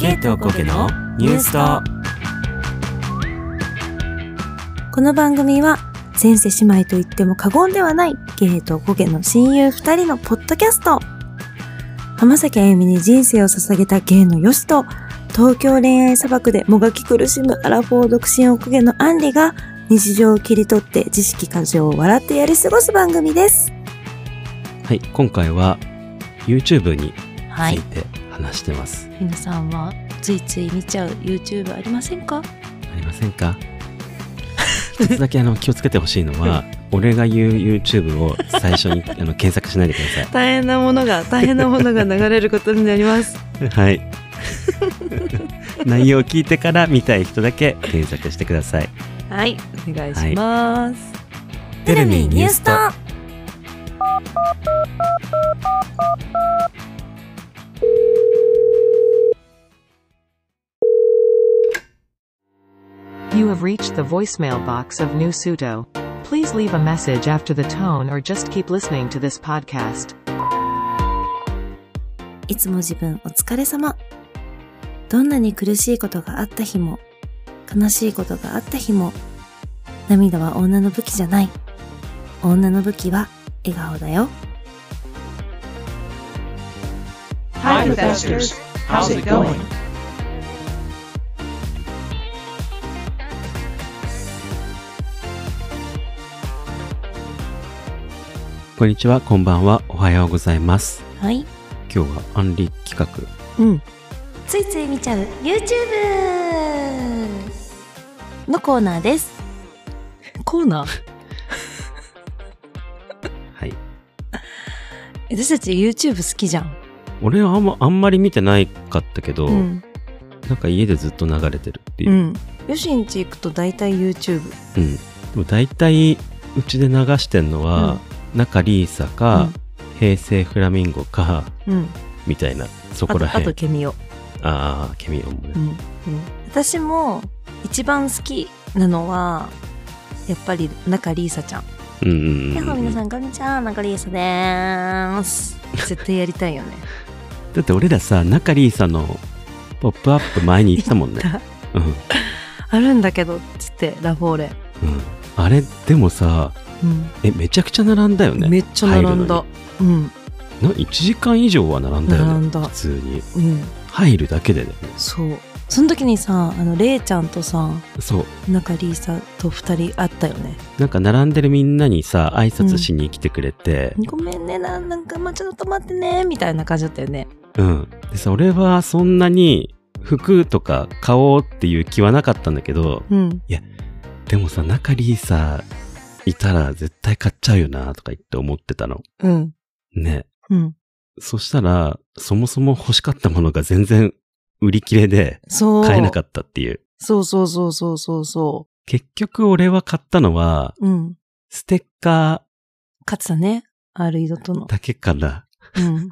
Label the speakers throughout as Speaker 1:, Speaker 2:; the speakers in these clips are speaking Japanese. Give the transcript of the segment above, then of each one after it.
Speaker 1: ケイトコケのニュースと
Speaker 2: この番組は前世姉妹と言っても過言ではないゲートコケの親友二人のポッドキャスト浜崎あゆみに人生を捧げたゲイのヨシと東京恋愛砂漠でもがき苦しむアラフォー独身おこげのアンリが日常を切り取って知識過剰を笑ってやり過ごす番組です
Speaker 1: はい今回は YouTube に
Speaker 3: は
Speaker 1: つい
Speaker 3: い。
Speaker 1: て話してます、
Speaker 3: 皆さんはついつい見ちゃう YouTube ありませんか
Speaker 1: ありませんか一つだけあの気をつけてほしいのは俺が言う YouTube を最初 にあの検索しないでくださ
Speaker 2: 大変なものが大変なものが流れることになります
Speaker 1: いはい 内容を聞いてから見たい人だけ検索してください
Speaker 2: はいお願い
Speaker 1: し
Speaker 2: ます、
Speaker 1: テレビニュースと
Speaker 4: You have reached the voicemail box of New Sudo. Please leave a message after the tone or just keep listening to this podcast.
Speaker 2: いつも自分お疲れ様。どんなに苦しいことがあった日も、悲しいことがあった日も、涙は女の武器じゃない。女の武器は笑顔だよ。
Speaker 5: Hi, investors. How's it going?
Speaker 1: こんにちはこんばんはおはようございます
Speaker 3: はい。
Speaker 1: 今日はアンリ企画
Speaker 3: うん。
Speaker 2: ついつい見ちゃう YouTube のコーナーです。
Speaker 3: コーナー。
Speaker 1: はい
Speaker 3: 私たち YouTube 好きじゃん。
Speaker 1: 俺はあん,、まあんまり見てないかったけど、
Speaker 3: ん。
Speaker 1: なんか家でずっと流れてるっていうう、
Speaker 3: ん。よしんち行くと大体 YouTube。
Speaker 1: うんでも大体うちで流してんのは、中リーサか、平成フラミンゴか
Speaker 3: うん。
Speaker 1: みたいなそ
Speaker 3: あ
Speaker 1: こら
Speaker 3: と、あ
Speaker 1: 辺
Speaker 3: とケミオ。
Speaker 1: ああケミオンもね、
Speaker 3: ん。うん。私も一番好きなのは、やっぱり中リーサちゃん。
Speaker 1: うん、うんうんうん
Speaker 2: やっほー皆さんこんにちは、中里さでーす。
Speaker 3: 絶対やりたいよね。
Speaker 1: だって俺らさ中リーサの「ポップアップ前に行ったも んね
Speaker 3: 行っ
Speaker 1: うん、うん、
Speaker 3: あるんだけど、つって、ラフォーレ。
Speaker 1: あれでもさ
Speaker 3: うん。
Speaker 1: えめちゃくちゃ並んだよね
Speaker 3: めっちゃ並んだ。うん。
Speaker 1: 1時間以上は並んだよね
Speaker 3: 並んだ
Speaker 1: 普通に
Speaker 3: うん。
Speaker 1: 入るだけでだよね
Speaker 3: そう。その時にさ、あの、レイちゃんとさ、
Speaker 1: そう
Speaker 3: なんかリーサと二人会ったよね。
Speaker 1: なんか並んでるみんなにさ挨拶しに来てくれて、
Speaker 3: ごめんね、ななんか、まあ、ちょっと待ってね、みたいな感じだったよね。
Speaker 1: うん。でさ、俺はそんなに服とか買おうっていう気はなかったんだけど、
Speaker 3: うん。
Speaker 1: でもさ、中リーサいたら絶対買っちゃうよなとか言って思ってたの。
Speaker 3: うん。
Speaker 1: ね。
Speaker 3: うん。
Speaker 1: そしたら、そもそも欲しかったものが全然売り切れで
Speaker 3: そう。
Speaker 1: 買えなかったっていう。
Speaker 3: そうそうそうそうそうそ
Speaker 1: 結局俺は買ったのは、
Speaker 3: う。うん。
Speaker 1: ステッカ
Speaker 3: 勝つだね。アルイドとの
Speaker 1: ー。だけかな。
Speaker 3: うん。い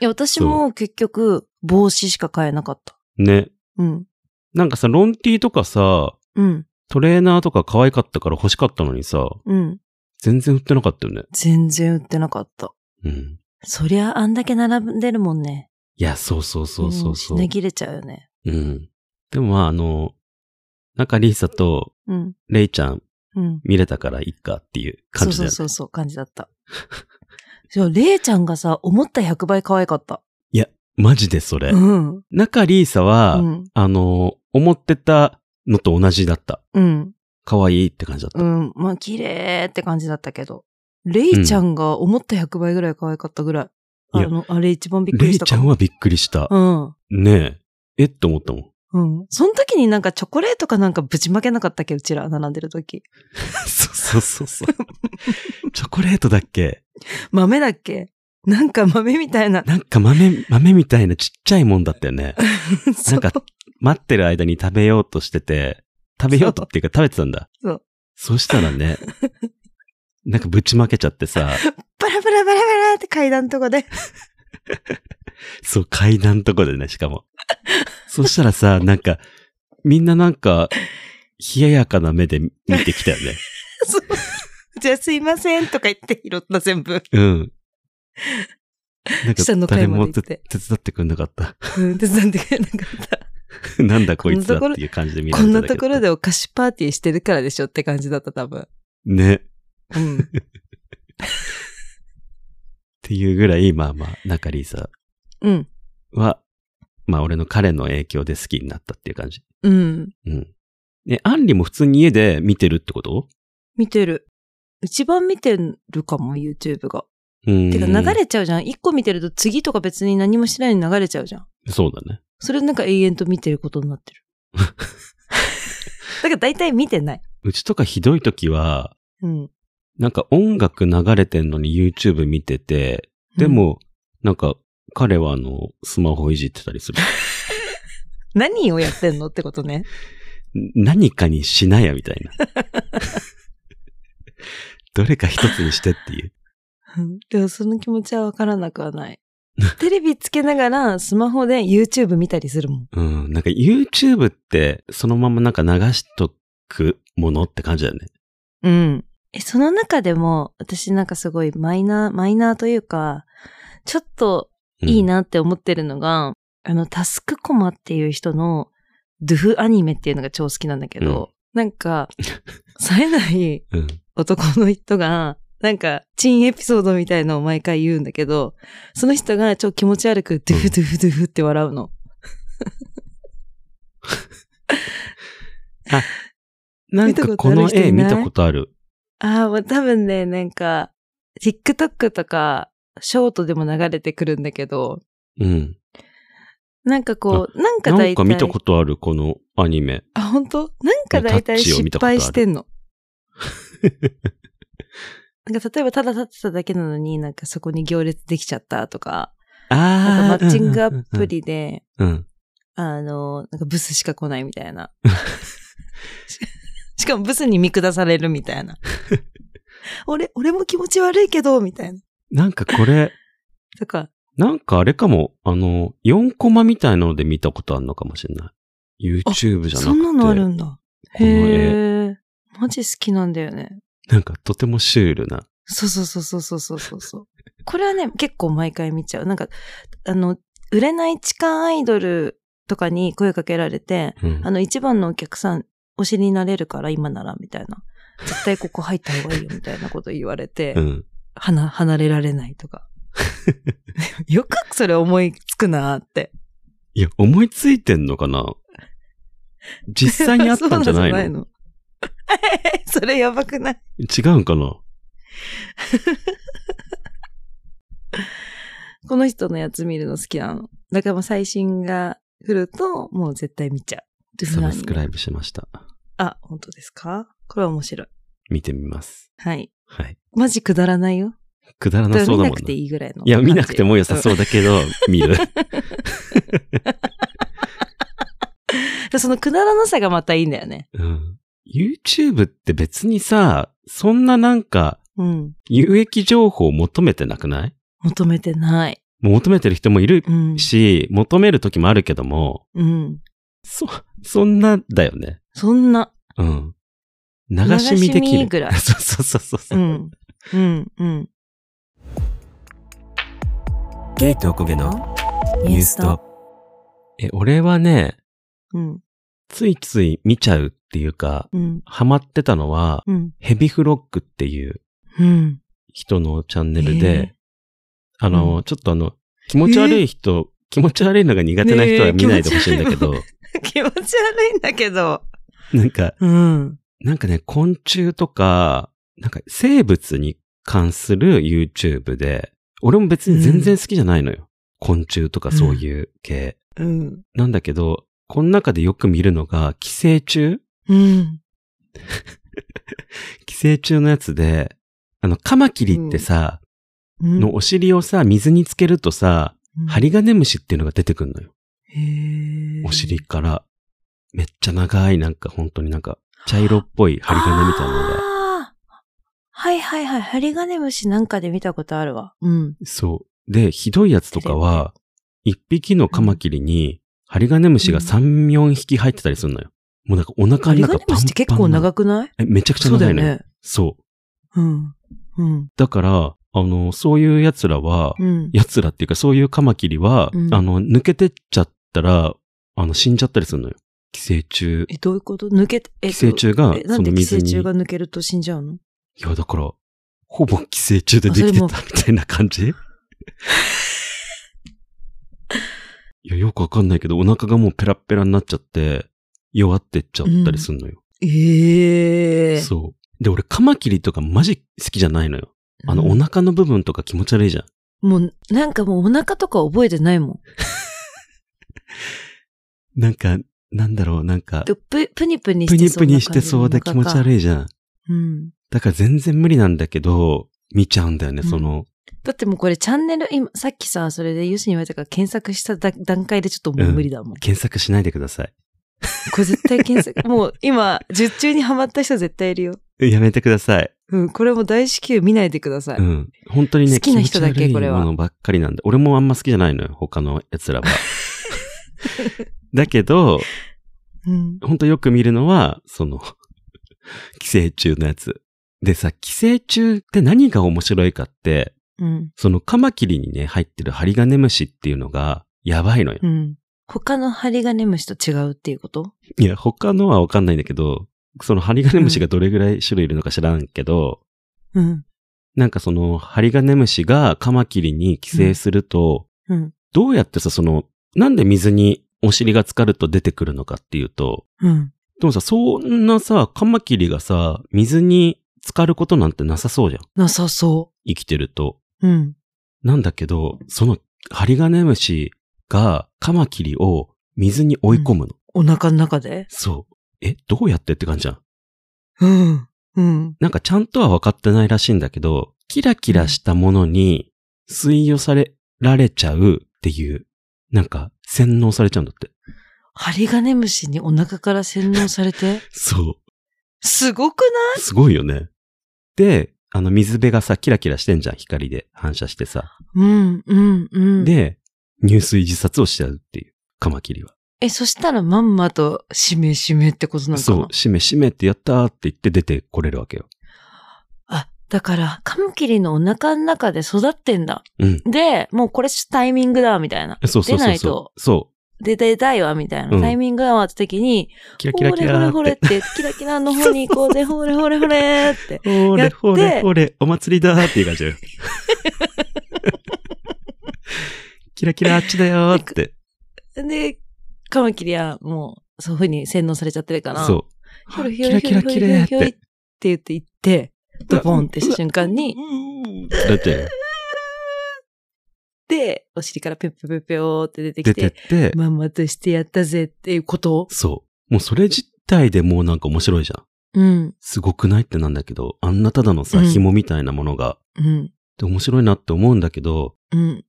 Speaker 3: や、私も結局、帽子しか買えなかった。
Speaker 1: ね。
Speaker 3: うん。
Speaker 1: なんかさ、ロンティーとかさ、
Speaker 3: うん。
Speaker 1: トレーナーとか可愛かったから欲しかったのにさ、
Speaker 3: うん。
Speaker 1: 全然売ってなかったよね。
Speaker 3: 全然売ってなかった。
Speaker 1: うん。
Speaker 3: そりゃ、あんだけ並んでるもんね。
Speaker 1: いや、そうそうそうそうそ
Speaker 3: ん
Speaker 1: う。
Speaker 3: 品切れちゃうよね。
Speaker 1: うん。でもまあ、あの、なんかリーサと
Speaker 3: うん。
Speaker 1: レイちゃん
Speaker 3: うん。
Speaker 1: 見れたからいっかっていう
Speaker 3: そ
Speaker 1: 感
Speaker 3: う
Speaker 1: じ
Speaker 3: そ
Speaker 1: だよ
Speaker 3: う
Speaker 1: ね。
Speaker 3: そうそう、感じだった。 そう、レイちゃんがさ、思った100倍可愛かった。
Speaker 1: いや、マジでそれ。
Speaker 3: うん。
Speaker 1: 中リーサは、
Speaker 3: うん。
Speaker 1: あの、思ってたのと同じだった。
Speaker 3: うん。
Speaker 1: 可愛いって感じだった。
Speaker 3: うん。まあ、綺麗って感じだったけど。レイちゃんが思った100倍ぐらい可愛かったぐらい。
Speaker 1: い
Speaker 3: あ
Speaker 1: や
Speaker 3: の、あれ一番びっく
Speaker 1: レ
Speaker 3: り
Speaker 1: イ
Speaker 3: した
Speaker 1: ち
Speaker 3: か
Speaker 1: ゃん
Speaker 3: も。
Speaker 1: はびっくりした。
Speaker 3: うん。
Speaker 1: ねえ。えって思ったもん。
Speaker 3: うん。その時になんかチョコレートかなんかぶちまけなかったっけうちら並んでる時。
Speaker 1: そうそうそうそう。 チョコレートだっけ
Speaker 3: 豆だっけなんか豆みたいな。
Speaker 1: なんか豆、豆みたいなちっちゃいもんだったよね。なんか待ってる間に食べようとしてて、食べようとっていうか食べてたんだ。
Speaker 3: そう。
Speaker 1: そした らね、なんかぶちまけちゃってさ、
Speaker 3: バラバラバラバラって階段とかで。
Speaker 1: そう階段とこでね、しかも。そしたらさ、なんか、みんななんか、冷ややかな目で見てきたよね。
Speaker 3: そうじゃあすいませんとか言って拾った全部。
Speaker 1: うん。なんか
Speaker 3: 下の階
Speaker 1: 誰
Speaker 3: まで
Speaker 1: も
Speaker 3: 行って
Speaker 1: 手手伝ってくんなかった。
Speaker 3: うん、手伝ってくれなかった。
Speaker 1: なんだこいつだっていう感じで見ら
Speaker 3: こ
Speaker 1: れ
Speaker 3: ん
Speaker 1: ただ
Speaker 3: なと
Speaker 1: けだった
Speaker 3: ころでお菓子パーティーしてるからでしょって感じだった、多分。
Speaker 1: ね。っ
Speaker 3: うん。
Speaker 1: ていうぐらい、まあまあ、中リーサ
Speaker 3: うん。
Speaker 1: は、まあ俺の彼の影響で好きになったっていう感じ。
Speaker 3: うん。
Speaker 1: うん。え、アンリも普通に家で見てるってこと
Speaker 3: 見てる。一番見てるかも、YouTube が。
Speaker 1: うん。
Speaker 3: てか流れちゃうじゃん。一個見てると次とか別に何もしないのに流れちゃうじゃん。
Speaker 1: そうだね。
Speaker 3: それなんか永遠と見てることになってる。だから大体見てない。
Speaker 1: うちとかひどい時は、
Speaker 3: うん。
Speaker 1: なんか音楽流れてんのに YouTube 見てて、でも、なんか彼はあの、スマホいじってたりする。
Speaker 3: 何をやってんのってことね。
Speaker 1: ん何かにしなや、みたいな。 どれか一つにしてっていう。
Speaker 3: うんでもその気持ちはわからなくはない。テレビつけながらスマホで YouTube 見たりするもん。
Speaker 1: うん。なんか YouTube ってそのままなんか流しとくものって感じだよね。
Speaker 3: うん。え、その中でも私なんかすごいマイナー、マイナーというか、ちょっと
Speaker 1: うん
Speaker 3: いい。なって思ってるのが、あの、タスクコマっていう人のドゥフアニメっていうのが超好きなんだけど、なんか、冴えない
Speaker 1: うん。
Speaker 3: 男の人が、なんか、チンエピソードみたいのを毎回言うんだけど、その人が超気持ち悪く、ドゥフドゥフドゥフって笑うの。
Speaker 1: なんかこの絵
Speaker 3: 見
Speaker 1: 見た
Speaker 3: た
Speaker 1: こ
Speaker 3: こと
Speaker 1: ある。
Speaker 3: ああ、もう多分ね、なんか、TikTok とか、ショートでも流れてくるんだけど、
Speaker 1: うん。
Speaker 3: なんかこう、なんか
Speaker 1: な
Speaker 3: 大体。
Speaker 1: んか見たことある、このアニメ。
Speaker 3: あ、本当なんか大体
Speaker 1: タッチを見
Speaker 3: 失
Speaker 1: たことある
Speaker 3: 敗してんの。なんか例えばただ立ってただけなのになんかそこに行列できちゃったとか、
Speaker 1: あ
Speaker 3: なんかマッチングアプ。リで、
Speaker 1: うん。
Speaker 3: あの、なんかブスしか来ないみたい な。ししかもブスに見下されるみたい な。俺、俺も気持ち悪いけど、みたいな。
Speaker 1: なんかこれ、
Speaker 3: とか、
Speaker 1: なんかあれかも、あの、4コマみたいなので見たことあるのかもしれない。YouTube じゃなくて。
Speaker 3: そんなのあるんだ。
Speaker 1: この絵。
Speaker 3: へえ。マジ好きなんだよね。
Speaker 1: なんかとてもシュールな。
Speaker 3: そうそうそうそうそうそうそうそう。これはね、結構毎回見ちゃう。なんか、あの、売れない地下アイドルとかに声かけられて、
Speaker 1: うん
Speaker 3: あの、一番のお客さん、推しになれるから今なら、みたいな。絶対ここ入った方がいいよ、みたいなこと言われて、
Speaker 1: うん。
Speaker 3: はな離れられないとか。 よくそれ思いつくなーって。
Speaker 1: いや、思いついてんのかな実際にあったんじゃな い
Speaker 3: そう
Speaker 1: の
Speaker 3: なんじゃないのそれやばくない
Speaker 1: 違うんかな
Speaker 3: この人のやつ見るの好きなの。だからもう最新が来ると、もう絶対見ちゃう。
Speaker 1: サブスクライ
Speaker 3: ブ。
Speaker 1: ブしました。
Speaker 3: あ、本当ですかこれは面白い。
Speaker 1: 見てみます。
Speaker 3: はい。
Speaker 1: はい。
Speaker 3: マジくだらないよ。
Speaker 1: くだらなそう
Speaker 3: 見
Speaker 1: だも
Speaker 3: な
Speaker 1: ん
Speaker 3: くていいぐらいの。
Speaker 1: いや、見なくても良さ
Speaker 3: う
Speaker 1: そうだ けど、見る。
Speaker 3: ん。でそのくだらなさがまたいいんだよね。
Speaker 1: うん。YouTube って別にさ、そんななんか、
Speaker 3: うん。
Speaker 1: 有益情報を求めてなくない
Speaker 3: 求めてない。
Speaker 1: もう求めてる人もいる
Speaker 3: うん。
Speaker 1: し、求める時もあるけども、
Speaker 3: うん。
Speaker 1: そ、そんなだよね。
Speaker 3: そんな。
Speaker 1: うん。流し見
Speaker 3: 流
Speaker 1: でき
Speaker 3: し
Speaker 1: る。
Speaker 3: 見ぐらい
Speaker 1: そうそうそうそうう。
Speaker 3: ん。うん。うん。
Speaker 1: ゲートおこげのニュースと。え、俺はね、
Speaker 3: うん。
Speaker 1: ついつい見ちゃうっていうか、
Speaker 3: うん。
Speaker 1: ハマってたのは、
Speaker 3: うん。
Speaker 1: ヘビフロックっていう
Speaker 3: うん。
Speaker 1: 人のチャンネル
Speaker 3: へ
Speaker 1: で
Speaker 3: え、
Speaker 1: あの、
Speaker 3: う
Speaker 1: ちょっとあの、気持ち悪い人、気持ち悪いのが苦手な人は見ないでほしいんだけど、
Speaker 3: 気持ち悪いんだけど。
Speaker 1: なんか、
Speaker 3: うん。
Speaker 1: なんかね、昆虫とか、なんか生物に関する YouTube で、俺も別に全然好きじゃないのよ。昆虫とかそういう系。
Speaker 3: うん。
Speaker 1: なんだけど、この中でよく見るのが、寄生虫
Speaker 3: うん。
Speaker 1: 寄生虫のやつで、あの、カマキリってさ、
Speaker 3: うん
Speaker 1: のお尻をさ、水につけるとさ、ハリガネムシっていうのが出てくるのよ。
Speaker 3: へー
Speaker 1: お尻から、めっちゃ長い、なんか本当になんか、茶色っぽい針金みたいなのが、
Speaker 3: あーはいはいはい。ハリガネムシなんかで見たことあるわ。うん。
Speaker 1: そう。で、ひどいやつとかは、一匹のカマキリに、針金虫が3、4匹入ってたりするのよ。もうなんかお
Speaker 3: ハ
Speaker 1: 腹
Speaker 3: リ
Speaker 1: の
Speaker 3: ガネ
Speaker 1: 中パンパン
Speaker 3: ム
Speaker 1: な
Speaker 3: シって結構長くない
Speaker 1: え、めちゃくちゃ長いのよ。。そう。
Speaker 3: うん。うん。
Speaker 1: だから、あの、そういう奴らは、
Speaker 3: うん。
Speaker 1: 奴らっていうかそういうカマキリは、
Speaker 3: うん
Speaker 1: あの、抜けてっちゃったら、あの、死んじゃったりするのよ。寄生虫。
Speaker 3: え、どういうこと抜けて、えっ
Speaker 1: 寄
Speaker 3: と
Speaker 1: 生虫が
Speaker 3: え、な
Speaker 1: そ
Speaker 3: ん
Speaker 1: の
Speaker 3: で寄
Speaker 1: 水
Speaker 3: 生
Speaker 1: に。
Speaker 3: 虫が
Speaker 1: い
Speaker 3: 抜けると死んじゃうの
Speaker 1: や、だから、ほぼ寄生虫でできてた
Speaker 3: あ
Speaker 1: み
Speaker 3: そ
Speaker 1: たいな感じ いや、よくわかんないけど、お腹がもうペラッペラになっちゃって、弱ってっちゃったりするのよ。
Speaker 3: ええ
Speaker 1: そう。で、俺、カマキリとかマジ好きじゃないのよ。あの、お腹の部分とか気持ち悪いじゃん。
Speaker 3: もう、なんかもうお腹とか覚えてないもん。
Speaker 1: なんか、なんだろう、なんか、
Speaker 3: でぷ、ぷにぷに
Speaker 1: プ
Speaker 3: して
Speaker 1: ニ
Speaker 3: そう
Speaker 1: プニしてそうで気持ち
Speaker 3: い。
Speaker 1: 悪いじゃん。
Speaker 3: うん。
Speaker 1: だから全然無理なんだけど、見ちゃうんだよね、
Speaker 3: うん
Speaker 1: その、
Speaker 3: だってもうこれチャンネル、今、さっきさ、それでユシに言われたから検索しただ段階でちょっともう無理だもん。
Speaker 1: 検索しないでくださ
Speaker 3: これ絶対検索、もう今、術中にハマった人絶対いるよ。
Speaker 1: い。やめてください。
Speaker 3: うん、これも大至急見ないでください。
Speaker 1: うん。本当にね、
Speaker 3: 好きな人だけ
Speaker 1: 気持ち悪い
Speaker 3: これは
Speaker 1: ものばっかりなんで。俺もあんま好きじゃないのよ、他の 奴らは。だけど、
Speaker 3: うん。
Speaker 1: 本当よく見るのは、その、 寄生虫のやつ。でさ、寄生虫って何が面白いかって、
Speaker 3: うん。
Speaker 1: そのカマキリにね、入ってるハリガネムシっていうのが、やばいのよ。
Speaker 3: うん。他のハリガネムシと違うっていうこと
Speaker 1: いや、他のはわかんないんだけど、そのハリガネムシがどれぐらい種類いるのか知らんけど、
Speaker 3: うん。
Speaker 1: なんかそのハリガネムシがカマキリに寄生すると、
Speaker 3: うん。
Speaker 1: どうやってさ、その、なんで水にお尻が浸かると出てくるのかっていうと、
Speaker 3: うん。
Speaker 1: でもさ、そんなさ、カマキリがさ、水に浸かることなんてなさそうじゃん。
Speaker 3: なさそ
Speaker 1: 生きてると。
Speaker 3: う。うん。
Speaker 1: なんだけど、そのハリガネムシがカマキリを水に追い込むの。
Speaker 3: お腹の中で
Speaker 1: そう。え、どうやってって感じじゃん。
Speaker 3: うん。うん。
Speaker 1: なんかちゃんとは分かってないらしいんだけど、キラキラしたものに水与されられちゃうっていう、なんか洗脳されちゃうんだって。
Speaker 3: ハリガネムシにお腹から洗脳されて
Speaker 1: そ。
Speaker 3: すごくないう
Speaker 1: すごいよね。で、あの水辺がさ、キラキラしてんじゃん、光で反射してさ。
Speaker 3: うん、うん、うん。
Speaker 1: で、入水自殺をしちゃうっていう、カマキリは。
Speaker 3: え、そしたらまんまと、しめしめってことなのかな
Speaker 1: そう、しめしめってやったーって言って出てこれるわけよ。
Speaker 3: あ、だから、カマキリのお腹の中で育ってんだ。
Speaker 1: うん。
Speaker 3: で、もうこれタイミングだ、みたいな。
Speaker 1: そうそう
Speaker 3: 出
Speaker 1: そ
Speaker 3: な
Speaker 1: う
Speaker 3: い
Speaker 1: そ
Speaker 3: と
Speaker 1: う。そ
Speaker 3: で、出たいわ、みたいな。
Speaker 1: うん
Speaker 3: タイミングだわって時に、
Speaker 1: う。キラ
Speaker 3: ほ
Speaker 1: キラ
Speaker 3: れ
Speaker 1: キ
Speaker 3: ほ
Speaker 1: ラ
Speaker 3: れ
Speaker 1: ー
Speaker 3: ほ
Speaker 1: っ。
Speaker 3: れってて、キラキラの方に行こうぜ、ほれほれほれって。
Speaker 1: ほ
Speaker 3: や
Speaker 1: れ
Speaker 3: って
Speaker 1: ほれほれ、お祭りだーっていう感じだよ。キラキラあっちだよーって。
Speaker 3: で、カマキリはもう、そういう風に洗脳されちゃってるから、
Speaker 1: そう。
Speaker 3: ひょろ
Speaker 1: キ
Speaker 3: ひょろ
Speaker 1: ラ
Speaker 3: ひ
Speaker 1: キ
Speaker 3: ょろひょ
Speaker 1: ラ
Speaker 3: ろひ
Speaker 1: キラ
Speaker 3: ょろ
Speaker 1: ーっ。
Speaker 3: ひょろってて言って行って、ドボンってした瞬間に、
Speaker 1: だって、
Speaker 3: で、お尻からぴょぴょぴょぴょって出てき、
Speaker 1: 出てってて、
Speaker 3: まんまとしてやったぜっていうこと
Speaker 1: そう。もうそれ自体でもうなんか面白いじゃ
Speaker 3: う
Speaker 1: ん。
Speaker 3: ん、
Speaker 1: すごくないってなんだけど、あんなただのさ、
Speaker 3: うん
Speaker 1: 紐みたいなものが、
Speaker 3: うん、
Speaker 1: で面白いなって思うんだけど、
Speaker 3: うん、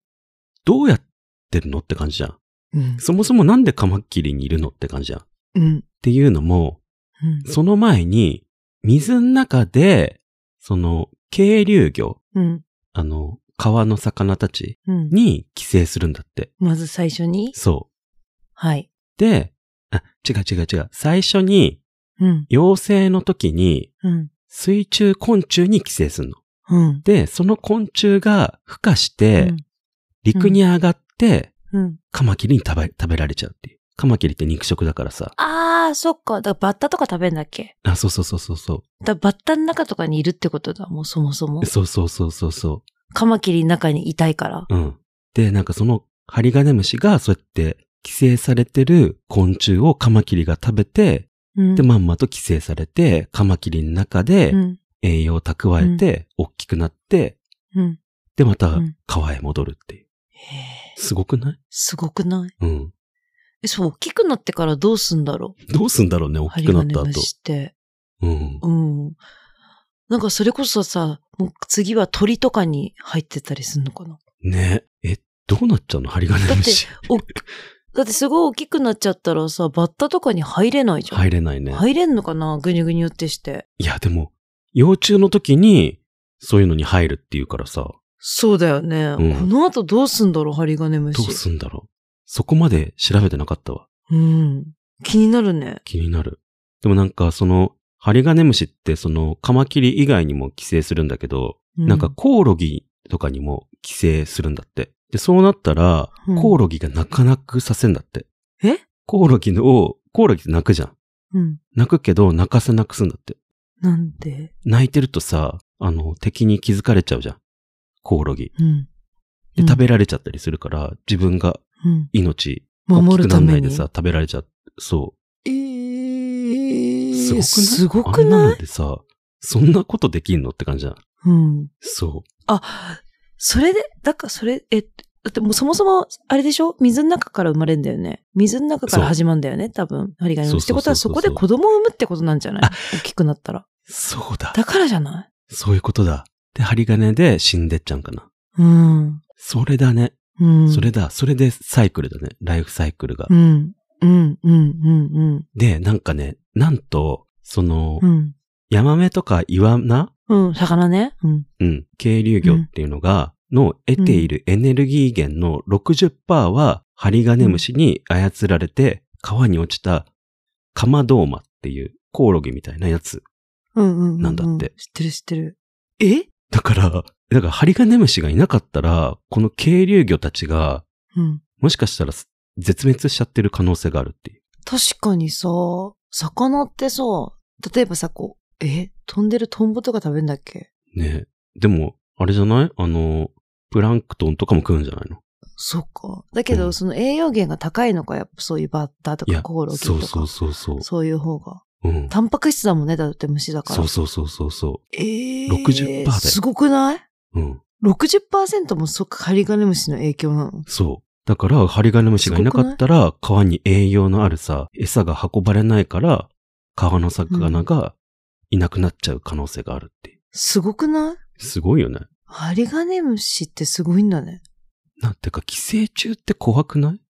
Speaker 1: どうやってるのって感じじゃん。
Speaker 3: うん、
Speaker 1: そもそもなんでカマキリにいるのって感じじゃん。っ
Speaker 3: うん、
Speaker 1: ていうのも、
Speaker 3: うん、
Speaker 1: その前に、水の中で、その、渓流魚、
Speaker 3: うん、
Speaker 1: あの、川の魚たち
Speaker 3: うん。
Speaker 1: に寄生するんだって。
Speaker 3: まず最初に
Speaker 1: そ
Speaker 3: はい。
Speaker 1: う。で、あ、違う違う違う。最初に、
Speaker 3: うん、
Speaker 1: 幼生の時に、
Speaker 3: うん、
Speaker 1: 水中昆虫に寄生するの。
Speaker 3: うん。
Speaker 1: で、その昆虫が孵化して、陸に上がって、
Speaker 3: うん、うん。
Speaker 1: カマキリに食べ食べられちゃうっていう。カマキリって肉食だからさ。
Speaker 3: あー、そっか。だからバッタとか食べんだっけ
Speaker 1: あ、そうそうそうそうそ
Speaker 3: だからバッタの中とかにいるってことだ、もうそもそも
Speaker 1: う。。そうそうそうそうそ
Speaker 3: カマキリの中にいたいから。
Speaker 1: う。うん。で、なんかそのハリガネムシがそうやって寄生されてる昆虫をカマキリが食べて、
Speaker 3: うん
Speaker 1: で、まんまと寄生されて、カマキリの中で
Speaker 3: うん、
Speaker 1: 栄養を蓄えて、大きくなって、
Speaker 3: うん。
Speaker 1: で、また
Speaker 3: うん
Speaker 1: 川へ戻るっていう。
Speaker 3: へえ、
Speaker 1: すごくない
Speaker 3: すごくない
Speaker 1: うん。
Speaker 3: え、そう、大きくなってからどうすんだろう
Speaker 1: どうすんだろうね、大
Speaker 3: ハ
Speaker 1: き
Speaker 3: リ
Speaker 1: く
Speaker 3: ガ
Speaker 1: なっ
Speaker 3: ネ
Speaker 1: た
Speaker 3: ム
Speaker 1: 後。
Speaker 3: シって。
Speaker 1: うん。
Speaker 3: うん。なんかそれこそさ、もう次は鳥とかに入ってたりすんのかな
Speaker 1: ね。え、どうなっちゃうのハリガネムシ。
Speaker 3: おだってすごい大きくなっちゃったらさ、バッタとかに入れないじゃん。
Speaker 1: 入れないね。
Speaker 3: 入れんのかなぐにゅぐにゅってして。
Speaker 1: いや、でも、幼虫の時に、そういうのに入るっていうからさ、ど
Speaker 3: そうだよね。
Speaker 1: うん
Speaker 3: この後どうすんだろうハリガネム
Speaker 1: う
Speaker 3: シ。
Speaker 1: すんだろう。そこまで調べてなかったわ。
Speaker 3: うん。気になるね。
Speaker 1: 気になる。でもなんか、その、ハリガネムシって、その、カマキリ以外にも寄生するんだけど、
Speaker 3: う
Speaker 1: なんかコオロギとかにも寄生するんだって。で、そうなったら、
Speaker 3: うん
Speaker 1: コオロギが泣かなくさせんだって。
Speaker 3: え
Speaker 1: コオロギを、コオロギって泣くじゃん。
Speaker 3: うん。
Speaker 1: 泣くけど泣かせなくすんだって。
Speaker 3: なんで
Speaker 1: 泣いてるとさ、あの、敵に気づかれちゃうじゃん。コオロギ。
Speaker 3: うん。
Speaker 1: で、
Speaker 3: うん
Speaker 1: 食べられちゃったりするから、自分が
Speaker 3: うん。
Speaker 1: 命、
Speaker 3: 守るため
Speaker 1: 大きくなんない
Speaker 3: に。
Speaker 1: でさ、食べられちゃう。そ
Speaker 3: え
Speaker 1: う。
Speaker 3: ー、
Speaker 1: すごく
Speaker 3: すご
Speaker 1: ないあ
Speaker 3: く
Speaker 1: んな
Speaker 3: な
Speaker 1: の
Speaker 3: い
Speaker 1: でさ、そんなことできんのって感じじゃん。
Speaker 3: うん。
Speaker 1: そ
Speaker 3: あ、それで、だからそれ、え、だってもうそもそも、あれでしょ水の中から生まれんだよね。水の中から
Speaker 1: そう
Speaker 3: 始まるんだよね、多分。針金の。
Speaker 1: そう
Speaker 3: って
Speaker 1: そうそうそう
Speaker 3: ことはそこで子供を産むってことなんじゃない
Speaker 1: あ
Speaker 3: 大きくなったら。
Speaker 1: う。そうだ。
Speaker 3: だからじゃない
Speaker 1: そういうことだ。で、針金で死んでっちゃうんかな。
Speaker 3: うん。
Speaker 1: それだね。
Speaker 3: うん。
Speaker 1: それだ。それでサイクルだね。ライフサイクルが。
Speaker 3: うん。うん、うん、うん、
Speaker 1: で、なんかね、なんと、その、
Speaker 3: うん。うん。
Speaker 1: ヤマメとかイワナ
Speaker 3: うん、魚ね。うん。
Speaker 1: うん。渓流魚っていうのが、の得ているエネルギー源の60%は、ハリガネムシに操られて、川に落ちたカマドーマっていうコオロギみたいなやつ。
Speaker 3: うん、うん。う
Speaker 1: なんだって
Speaker 3: 知ってる、知ってる。え
Speaker 1: だから、だからハリガネムシがいなかったら、この渓流魚たちが、
Speaker 3: うん。
Speaker 1: もしかしたら絶滅しちゃってる可能性があるっていう。
Speaker 3: 確かにさ、魚ってさ、例えばさ、こう、え飛んでるトンボとか食べんだっけ
Speaker 1: ねえでも、あれじゃないあの、プランクトンとかも食うんじゃないの
Speaker 3: そっか。だけど、
Speaker 1: うん
Speaker 3: その栄養源が高いのか、やっぱそういうバッタと
Speaker 1: い
Speaker 3: か
Speaker 1: や
Speaker 3: コオロギと
Speaker 1: そ
Speaker 3: か。
Speaker 1: うそうそうそう。
Speaker 3: そういう方が。
Speaker 1: うん。
Speaker 3: タンパク質だもんね、だって虫だから。
Speaker 1: そうそうそうそうそ
Speaker 3: ええ
Speaker 1: 60%だよ。
Speaker 3: すごくないう
Speaker 1: うん。
Speaker 3: ?60% もそっか、ハリガネムシの影響なの。
Speaker 1: そう。だから、ハリガネムシがいなかったら、川に栄養のあるさ、餌が運ばれないから、川の魚がいなくなっちゃう可能性があるっていう。
Speaker 3: すごくない
Speaker 1: すごいよね。
Speaker 3: ハリガネムシってすごいんだね。
Speaker 1: なんてか、寄生虫って怖くない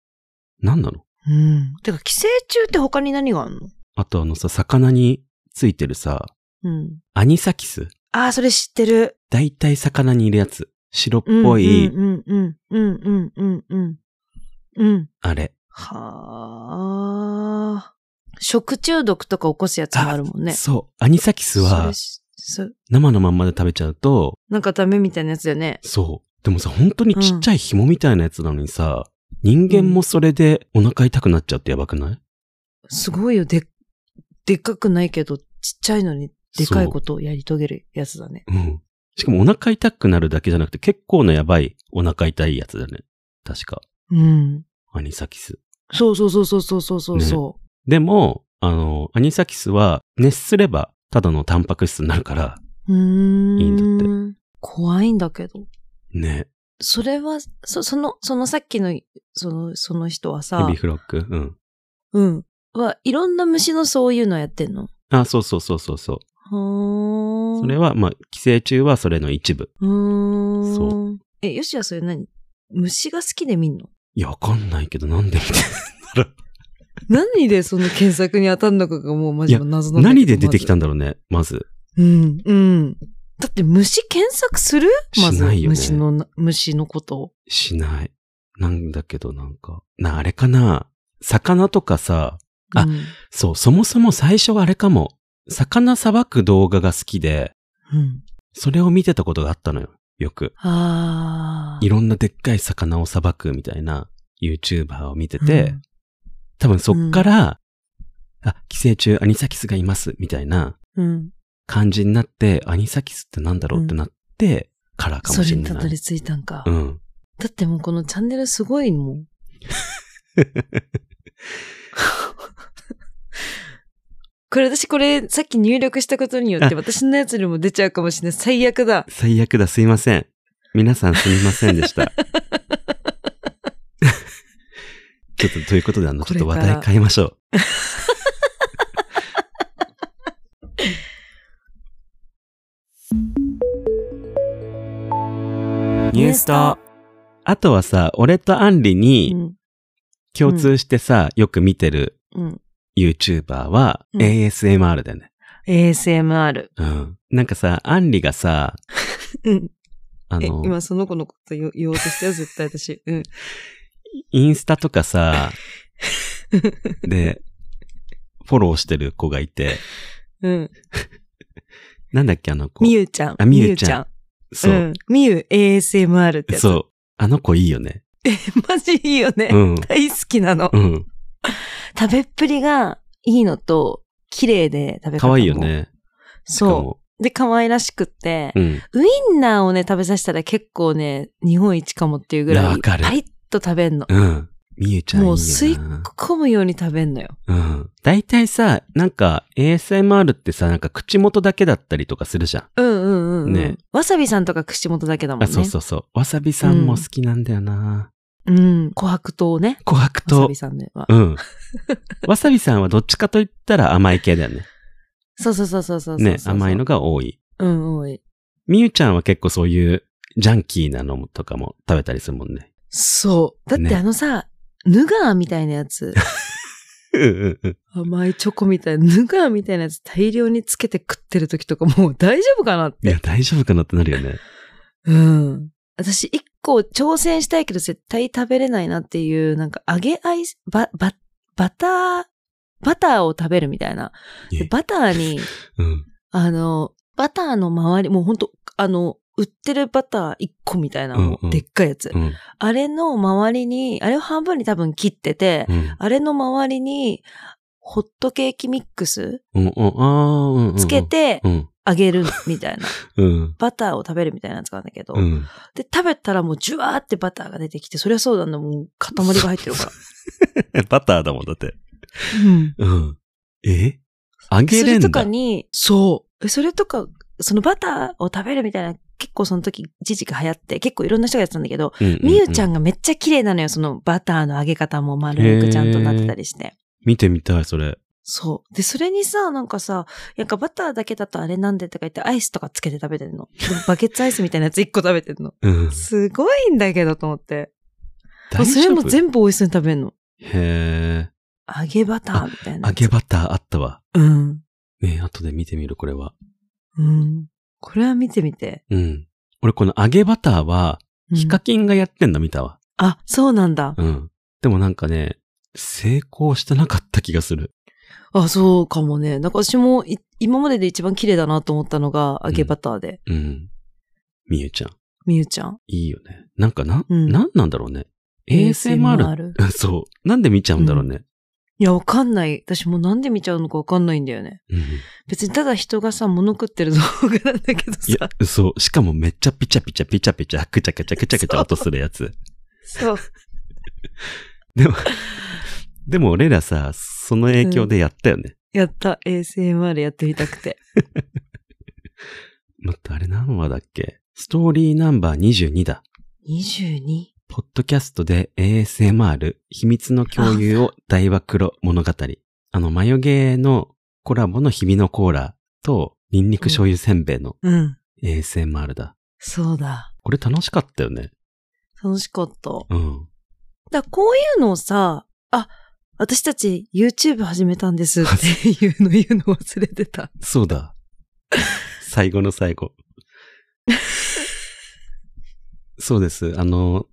Speaker 1: なんなの
Speaker 3: うん。てか、寄生虫って他に何があるの
Speaker 1: あとあのさ、魚についてるさ、
Speaker 3: うん。
Speaker 1: アニサキス。
Speaker 3: ああ、それ知ってる。
Speaker 1: だいたい魚にいるやつ。白っ
Speaker 3: うん
Speaker 1: ぽい、
Speaker 3: うんうんうんうんうんうんうん。うん。
Speaker 1: あれ。
Speaker 3: はあ。食中毒とか起こすやつもあるもんね。
Speaker 1: そう。アニサキス
Speaker 3: そ
Speaker 1: は
Speaker 3: れ、しそ
Speaker 1: 生のまんまで食べちゃうと、
Speaker 3: なんかダメみたいなやつだよね。
Speaker 1: そう。でもさ、本当にちっちゃい紐みたいなやつなのにさ、人間もそれでお腹痛くなっちゃってやばくない
Speaker 3: すごいよ。で、でっかくないけど、ちっちゃいのにでかいことをやり遂げるやつだね。
Speaker 1: うん。しかもお腹痛くなるだけじゃなくて結構なやばいお腹痛いやつだね。確か。
Speaker 3: うん。
Speaker 1: アニサキス。
Speaker 3: そうそうそうそうそうそうそうそ
Speaker 1: でも、あの、アニサキスは熱すればただのタンパク質になるから、
Speaker 3: う。うーん。
Speaker 1: いいんだ
Speaker 3: 怖いんだけど。
Speaker 1: ね。
Speaker 3: それは、そ、その、そのさっきの、その、その人は
Speaker 1: ヘ
Speaker 3: さ
Speaker 1: ビ、フロック。う
Speaker 3: う
Speaker 1: ん。
Speaker 3: ん。は、いろんな虫のそういうのやってんの
Speaker 1: あ、そうそうそうそうそう。
Speaker 3: はー
Speaker 1: それは、まあ、寄生虫はそれの一部。
Speaker 3: うーん。
Speaker 1: そ
Speaker 3: え、よしはそれ何虫が好きで見んの
Speaker 1: いや、わかんないけど、なんで見て
Speaker 3: 何でその検索に当たるのかがもうマジ
Speaker 1: いや
Speaker 3: 謎なんだけど
Speaker 1: 何で出てきた
Speaker 3: ま
Speaker 1: んだろうね、まず。
Speaker 3: ずうん、うん。だって虫検索するまず
Speaker 1: しないよね
Speaker 3: 虫のな、虫のことを。
Speaker 1: しない。なんだけど、なんか。な、あれかな。魚とかさ、あ
Speaker 3: うん、
Speaker 1: そう、そもそも最初はあれかも。魚さばく動画が好きで、
Speaker 3: うん。
Speaker 1: それを見てたことがあったのよ。よく。
Speaker 3: あー
Speaker 1: いろんなでっかい魚をさばくみたいな YouTuber を見てて、
Speaker 3: うん
Speaker 1: 多分そっから、あ、寄生虫アニサキスがいますみたいな
Speaker 3: うん。
Speaker 1: 感じになって、アニサキスってなんだろうってなってからか
Speaker 3: そ
Speaker 1: もし
Speaker 3: れ
Speaker 1: れ
Speaker 3: に
Speaker 1: な
Speaker 3: た
Speaker 1: い。
Speaker 3: どり着いたんか。
Speaker 1: うん。
Speaker 3: だってもうこのチャンネルすごいもん。 これ私これさっき入力したことによって
Speaker 1: あ
Speaker 3: 私のやつにも出ちゃうかもしれない。最悪だ。
Speaker 1: 最悪だ、すいません。皆さんすみません でした。ちょっと、ということで、あの、
Speaker 3: こ
Speaker 1: ち
Speaker 3: れ
Speaker 1: ょっ
Speaker 3: か
Speaker 1: と
Speaker 3: ら
Speaker 1: 話題変えま しょう。
Speaker 2: ニュースと
Speaker 1: あとはさ、俺とアン
Speaker 3: う
Speaker 1: リに
Speaker 3: ん。
Speaker 1: 共通してさ、よく見てる
Speaker 3: うん。
Speaker 1: YouTuber は
Speaker 3: うん
Speaker 1: ASMR だよね。
Speaker 3: ASMR。
Speaker 1: うん。なんかさ、アンリがさ、
Speaker 3: うん。
Speaker 1: あ
Speaker 3: え、
Speaker 1: の、
Speaker 3: 今その子のこと言お言おうとしたよ、絶対 私。うん。
Speaker 1: インスタと かさ、で、フォローしてる子がいて、
Speaker 3: うん。
Speaker 1: なんだっけ、あの子。
Speaker 3: みゆちゃん。
Speaker 1: あみゆちゃん
Speaker 3: ん。
Speaker 1: そう。
Speaker 3: ん。みゆ ASMR ってやつ。
Speaker 1: そう。あの子いいよね。
Speaker 3: マジいいよね。
Speaker 1: うん。
Speaker 3: 大好きなの。
Speaker 1: うん。
Speaker 3: 食べっぷりがいいのと、綺麗で食べ方
Speaker 1: 可
Speaker 3: も。
Speaker 1: 愛いよ。ね。
Speaker 3: そ
Speaker 1: し
Speaker 3: う。で、可愛らしくって、
Speaker 1: かも。うん。
Speaker 3: ウインナーをね、食べさせたら結構ね、日本一かもっていうぐ
Speaker 1: いや
Speaker 3: らい、
Speaker 1: わかる
Speaker 3: パリッと食べんの。
Speaker 1: うん。みゆちゃんいいよ
Speaker 3: もう
Speaker 1: な。
Speaker 3: 吸い込むように食べんのよ。
Speaker 1: うん。大体さ、なんか ASMR ってさ、なんか口元だけだったりとかするじゃん。
Speaker 3: うんうんうんうん。
Speaker 1: ね
Speaker 3: わさびさんとか口元だけだもん
Speaker 1: あ、
Speaker 3: ね。
Speaker 1: そうそうそう。わさびさんも好きなんだよな。
Speaker 3: うん。琥珀糖ね。
Speaker 1: 琥珀
Speaker 3: わさ
Speaker 1: 糖
Speaker 3: び。さんでは。
Speaker 1: うん。わさびさんはどっちかと言ったら甘い系だよね。
Speaker 3: そうそうそうそうそうそう。
Speaker 1: ね、甘いの。が多い。
Speaker 3: うん、多い。
Speaker 1: みゆちゃんは結構そういうジャンキーなのとかも食べたりするもんね。
Speaker 3: そう。だっ
Speaker 1: ね
Speaker 3: てあのさ、ヌガーみたいなや つ、
Speaker 1: うんうんうん。
Speaker 3: 甘いチョコみたいな、ヌガーみたいなやつ大量につけて食ってる時とかもう大丈夫かなっ
Speaker 1: いや、
Speaker 3: て。
Speaker 1: 大丈夫かなってなるよね。
Speaker 3: うん。私、一個挑戦したいけど絶対食べれないなっていう、なんか揚げアイス、ば、ば、バター、バターを食べるみたいな。で
Speaker 1: え
Speaker 3: バターに、
Speaker 1: うん。
Speaker 3: あの、バターの周り、もうほんと、あの、売ってるバター1個みたいな、
Speaker 1: うんうん
Speaker 3: でっかいやつ。
Speaker 1: うん。
Speaker 3: あれの周りに、あれを半分に多分切ってて、
Speaker 1: うん。
Speaker 3: あれの周りに、ホットケーキミックス
Speaker 1: うん。うん。あーうんうん。
Speaker 3: つけ。て
Speaker 1: うん。
Speaker 3: あげるみたいな。
Speaker 1: うん。
Speaker 3: バターを食べるみたいなやつがあるんだけど。
Speaker 1: うん。
Speaker 3: で、食べたらもうジュワーってバターが出てきて、そりゃそうだな、もう塊が入ってる から。
Speaker 1: バターだもん、だって。
Speaker 4: Hmm.
Speaker 3: うん。
Speaker 1: うん。え揚げ
Speaker 3: そ
Speaker 1: れ
Speaker 3: れ
Speaker 1: んだ。
Speaker 3: とかに、そう。えそれとか、そのバターを食べるみたいな、結構その時、一時期流行って、結構いろんな人がやってたんだけど、
Speaker 1: うんうんうん
Speaker 3: みゆちゃんがめっちゃ綺麗なのよ、そのバターの揚げ方も丸くちゃんとなってたりして。
Speaker 1: 見てみたい、それ。
Speaker 3: そう。で、それにさ、なんかさ、なんかバターだけだとあれなんでとか言ってアイスとかつけて食べてんの。でもバケツアイスみたいなやつ1個食べてんの。
Speaker 1: うん。
Speaker 3: すごいんだけどと思って。もう
Speaker 1: 大
Speaker 3: それ
Speaker 1: 丈
Speaker 3: も
Speaker 1: 夫
Speaker 3: 全部美味しそうに食べんの。
Speaker 1: へ
Speaker 3: 揚げバターみたい
Speaker 1: ー
Speaker 3: な
Speaker 1: 揚
Speaker 3: やつ。
Speaker 1: げバターあったわ。
Speaker 3: うん。
Speaker 1: ね後で見てみる、これは。
Speaker 3: うん。これは見てみて。
Speaker 1: うん。俺、この揚げバターは、
Speaker 3: うん
Speaker 1: ヒカキンがやってんの見たわ。
Speaker 3: あ、そうなんだ。
Speaker 1: うん。でもなんかね、成功してなかった気がする。
Speaker 3: あ、そうかもね。なんか私もい今までで一番綺麗だなと思ったのが揚げバターで。
Speaker 1: うん。みゆちゃん。
Speaker 3: みゆちゃん。
Speaker 1: いいよね。なんかな、
Speaker 3: うん
Speaker 1: なんなんだろうね。ASMR。そう。 なんで見ちゃうんだろうね。
Speaker 3: いや、わかんない。私もうなんで見ちゃうのかわかんないんだよね。
Speaker 1: うん。
Speaker 3: 別にただ人がさ、物食ってる動画なんだけど
Speaker 1: い
Speaker 3: さ
Speaker 1: や。、そう。しかもめっちゃピチャピチャピチャピチャ、くちゃくちゃくちゃくちゃ音するやつ。
Speaker 3: そう。
Speaker 1: でも、でも俺らさ、その影響でやったよね。
Speaker 3: やった。ASMR やってみたくて。
Speaker 1: 待って、あれ何話だっけストーリーナンバー22だ。
Speaker 3: 22?
Speaker 1: ポッドキャストで ASMR 秘密の共有を大暴露物語。あの、マヨゲーのコラボの日々のコーラと、ニンニク醤油せんべいの
Speaker 3: うん。
Speaker 1: ASMR だ。
Speaker 3: そうだ。
Speaker 1: これ楽しかったよね。
Speaker 3: 楽しかった。だか
Speaker 1: うん。
Speaker 3: らこういうのをさ、あ、私たち YouTube 始めたんですっていうの言うの忘れてた。
Speaker 1: そうだ。 最後の最 後。そうです。あの、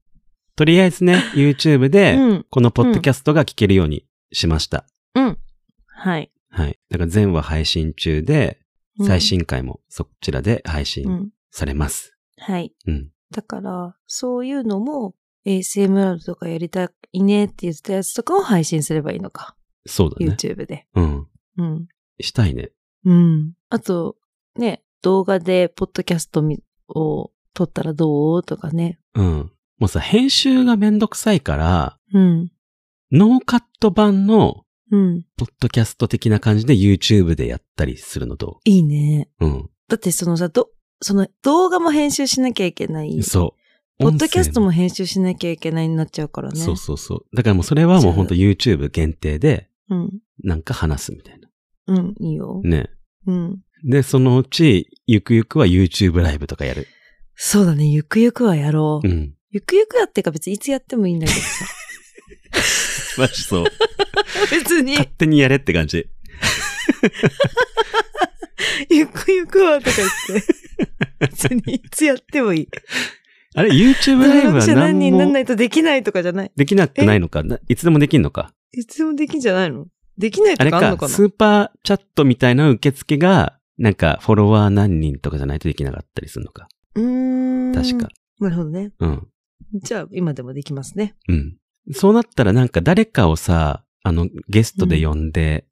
Speaker 1: とりあえずね、YouTube で、
Speaker 3: うん。
Speaker 1: このポッドキャストが聞けるようにしました。
Speaker 3: うん。はい。
Speaker 1: はい。だから全話配信中で、
Speaker 3: うん
Speaker 1: 最。新回もそちらで配
Speaker 3: う
Speaker 1: 信
Speaker 3: ん。
Speaker 1: されます。
Speaker 3: はい。
Speaker 1: うん。
Speaker 3: だから、そういうのも ASMR とかやりたいねって言ってたやつとかを配信すればいいのか。
Speaker 1: そうだね。
Speaker 3: YouTube で。
Speaker 1: うん。
Speaker 3: うん。
Speaker 1: したいね。
Speaker 3: うん。あと、ね、動画でポッドキャストみを撮ったらどうとかね。
Speaker 1: うん。もうさ、編集がめんどくさいから、
Speaker 3: うん。
Speaker 1: ノーカット版の
Speaker 3: うん。
Speaker 1: ポッドキャスト的な感じで YouTube でやったりするのと。
Speaker 3: いいね。
Speaker 1: うん。
Speaker 3: だってそのさ、ど、その動画も編集しなきゃいけない。
Speaker 1: そう。
Speaker 3: ポッドキャスト
Speaker 1: 音
Speaker 3: も編集しなきゃいけないになっちゃうからね。
Speaker 1: 声も。そうそうそう。だからもうそれはもうほんと YouTube 限定で、
Speaker 3: うん。
Speaker 1: なんか話すみたいな。
Speaker 3: うん、いいよ。
Speaker 1: ね。
Speaker 3: うん。
Speaker 1: で、そのうち、ゆくゆくは YouTube ライブとかやる。
Speaker 3: そうだね。ゆくゆくはやろう。
Speaker 1: うん。
Speaker 3: ゆくゆくはってか別にいつやってもいいんだけどさ。
Speaker 1: マ ジそう。
Speaker 3: 別に、
Speaker 1: 勝手にやれって感じ。
Speaker 3: ゆくゆくはとか言 って。別にいつやってもいい。
Speaker 1: あれ、YouTube ライブ
Speaker 3: 登録
Speaker 1: は
Speaker 3: 者何
Speaker 1: 何
Speaker 3: 人になん
Speaker 1: も
Speaker 3: ないとできないとかじゃない。
Speaker 1: できなくないのかないつでもできんのか
Speaker 3: いつでもできんじゃないのできない
Speaker 1: あ
Speaker 3: と
Speaker 1: れ
Speaker 3: かあん
Speaker 1: か
Speaker 3: のかな
Speaker 1: スーパーチャットみたいな受付が、なんかフォロワー何人とかじゃないとできなかったりするのか。
Speaker 2: うーん。
Speaker 1: 確か。。
Speaker 2: なるほどね。
Speaker 1: うん。
Speaker 2: じゃあ、今でもできますね。
Speaker 1: うん。そうなったらなんか誰かをさ、あの、ゲストで呼んで、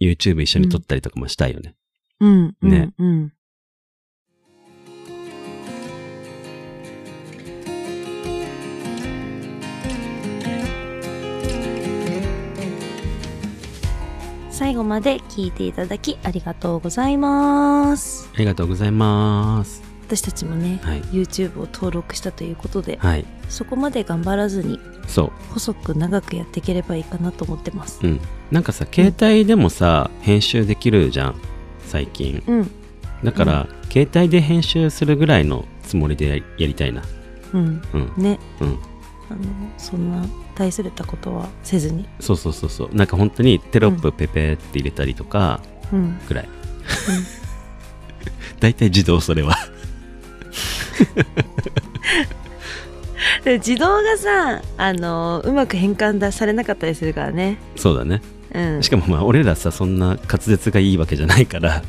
Speaker 1: YouTube 一緒に撮ったりとかもしたいよね。
Speaker 2: うん。うん
Speaker 1: ね。
Speaker 2: うん。最後まで聞いていただきありがとうございます。
Speaker 1: ありがとうございます。
Speaker 2: 私たちもね、
Speaker 1: はい。
Speaker 2: YouTube を登録したということで、
Speaker 1: はい。
Speaker 2: そこまで頑張らずに
Speaker 1: そ
Speaker 2: 細く長くやっていければいいかなと思ってます
Speaker 1: う。。うん。なんかさ、携帯でもさ、編集できるじゃん。最近。
Speaker 2: うん、
Speaker 1: だから、携帯で編集するぐらいのつもりでやりやりたいな。
Speaker 2: うん、
Speaker 1: うん。
Speaker 2: ね、
Speaker 1: うん。
Speaker 2: あのそんな大それたことはせずに、
Speaker 1: そうそうそうそう。なんか本当にテロップペペって入れたりとか、
Speaker 2: うん、
Speaker 1: ぐらい。 大体自動それは。
Speaker 3: でも自動がさ、あの、うまく変換だされなかったりするからね。
Speaker 1: そうだね。
Speaker 3: うん
Speaker 1: し。かもまあ俺らさそんな滑舌がいいわけじゃないから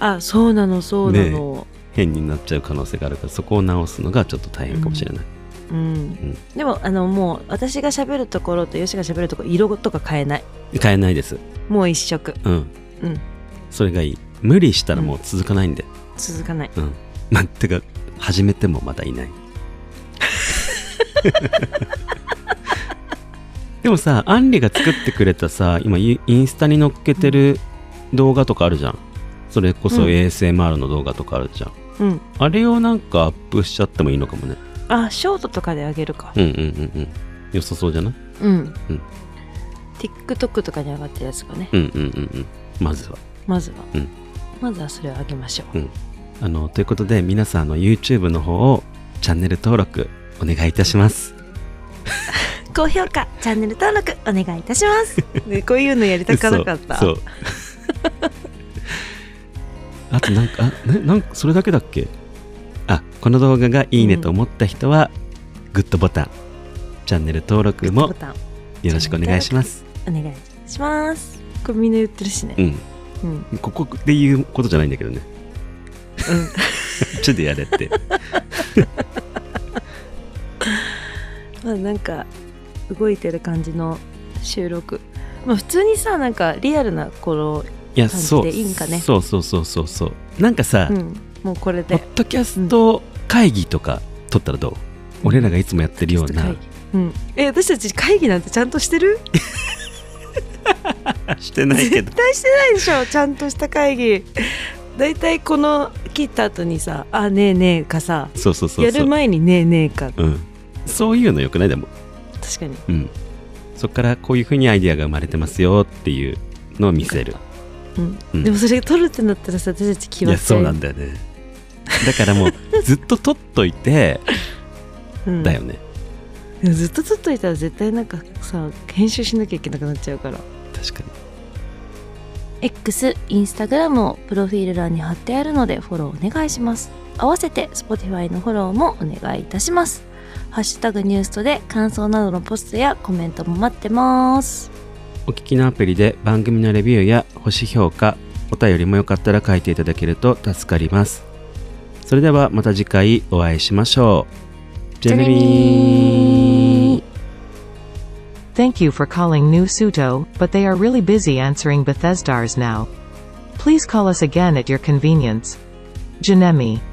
Speaker 3: あ、そうなの、そうなの。
Speaker 1: 変になっちゃう可能性があるからそこを直すのがちょっと大変かもしれない、
Speaker 3: うん。でも、あの、もう、私が喋るところとヨシが喋るところ、色とか変えない。
Speaker 1: 変えないです
Speaker 3: もう一色。
Speaker 1: うん
Speaker 3: うん
Speaker 1: それがいい無理したらもう続かないんで
Speaker 3: 続かない。
Speaker 1: うん、まあてか始めてもまだいない でもさアンリが作ってくれたさ今イインスタに載っけてる動画とかあるじゃんそれこそ
Speaker 3: うん
Speaker 1: ASMR の動画とかあるじゃん、
Speaker 3: うん
Speaker 1: あれをなんかアップしちゃってもいいのかもね
Speaker 3: あ、ショートとかであげるか。
Speaker 1: うんうんうんうん良さそうじゃない
Speaker 3: うん。
Speaker 1: うん、
Speaker 3: TikTok とかに上がってるやつがね、
Speaker 1: うんうんうんうんまずは
Speaker 3: まずは、
Speaker 1: うん
Speaker 3: まずはそれを上げましょう。
Speaker 1: あのということで皆さんあの YouTube の方をチャンネル登録お願いいたします
Speaker 2: 高評価、チャンネル登録お願いいたし ます。
Speaker 3: ね、こういうのやりたかなかった。
Speaker 1: そうそうあとなんかあななんかそれだけだっけあこの動画がいいねと思った人は、グッドボタンチャンネル登録も
Speaker 2: ボタン
Speaker 1: よろしくお願いします
Speaker 2: お願いします。
Speaker 3: これみんな言ってるしね。
Speaker 1: うん
Speaker 3: うん。
Speaker 1: ここで言うことじゃないんだけどね
Speaker 3: うん、
Speaker 1: ちょっとやれって
Speaker 3: まあなんか、動いてる感じの収録。まあ普通にさ、なんかリアルな頃、
Speaker 1: いや
Speaker 3: 感じで
Speaker 1: そう
Speaker 3: いいんかね
Speaker 1: そうそうそうそうそうなんかさ、
Speaker 3: うん、もうこれで。
Speaker 1: ポッドキャスト会議とか撮ったらどう、俺らがいつもやってるような
Speaker 3: 会議うん、え私たち会議なんてちゃんとしてる
Speaker 1: してないけど
Speaker 3: 絶対してないでし ょちゃんとした会議大体この切った後にさ「あねえねえ」かさ
Speaker 1: そうそうそうそう
Speaker 3: やる前に「ねえねえ」か
Speaker 1: うん、そういうのよくないでも、
Speaker 3: 確かに
Speaker 1: うん、そこからこういうふうにアイディアが生まれてますよっていうのを見せる
Speaker 3: うん
Speaker 1: うん
Speaker 3: でもそれ撮るってなったらさ私たち決
Speaker 1: い
Speaker 3: まっ
Speaker 1: や
Speaker 3: ちゃ
Speaker 1: そうなんだよねだからもうずっと撮っとい て
Speaker 3: うん
Speaker 1: だよね、
Speaker 3: でもずっと撮っといたら絶対なんかさ編集しなきゃいけなくなっちゃうから
Speaker 1: 確か
Speaker 2: X、Instagram をプロフィール欄に貼ってあるのでフォローお願いします。合わせて Spotify のフォローもお願いいたします。ハッシュタグニュースとで感想などのポストやコメントも待ってます。
Speaker 1: にお聞きのアプリで番組のレビューや星評価お便りもよかったら書いていただけると助かりますそれではまた次回お会いしましょうジェネミー
Speaker 4: Thank you for calling New Suto, but they are really busy answering Bethesdars now. Please call us again at your convenience. Janemi.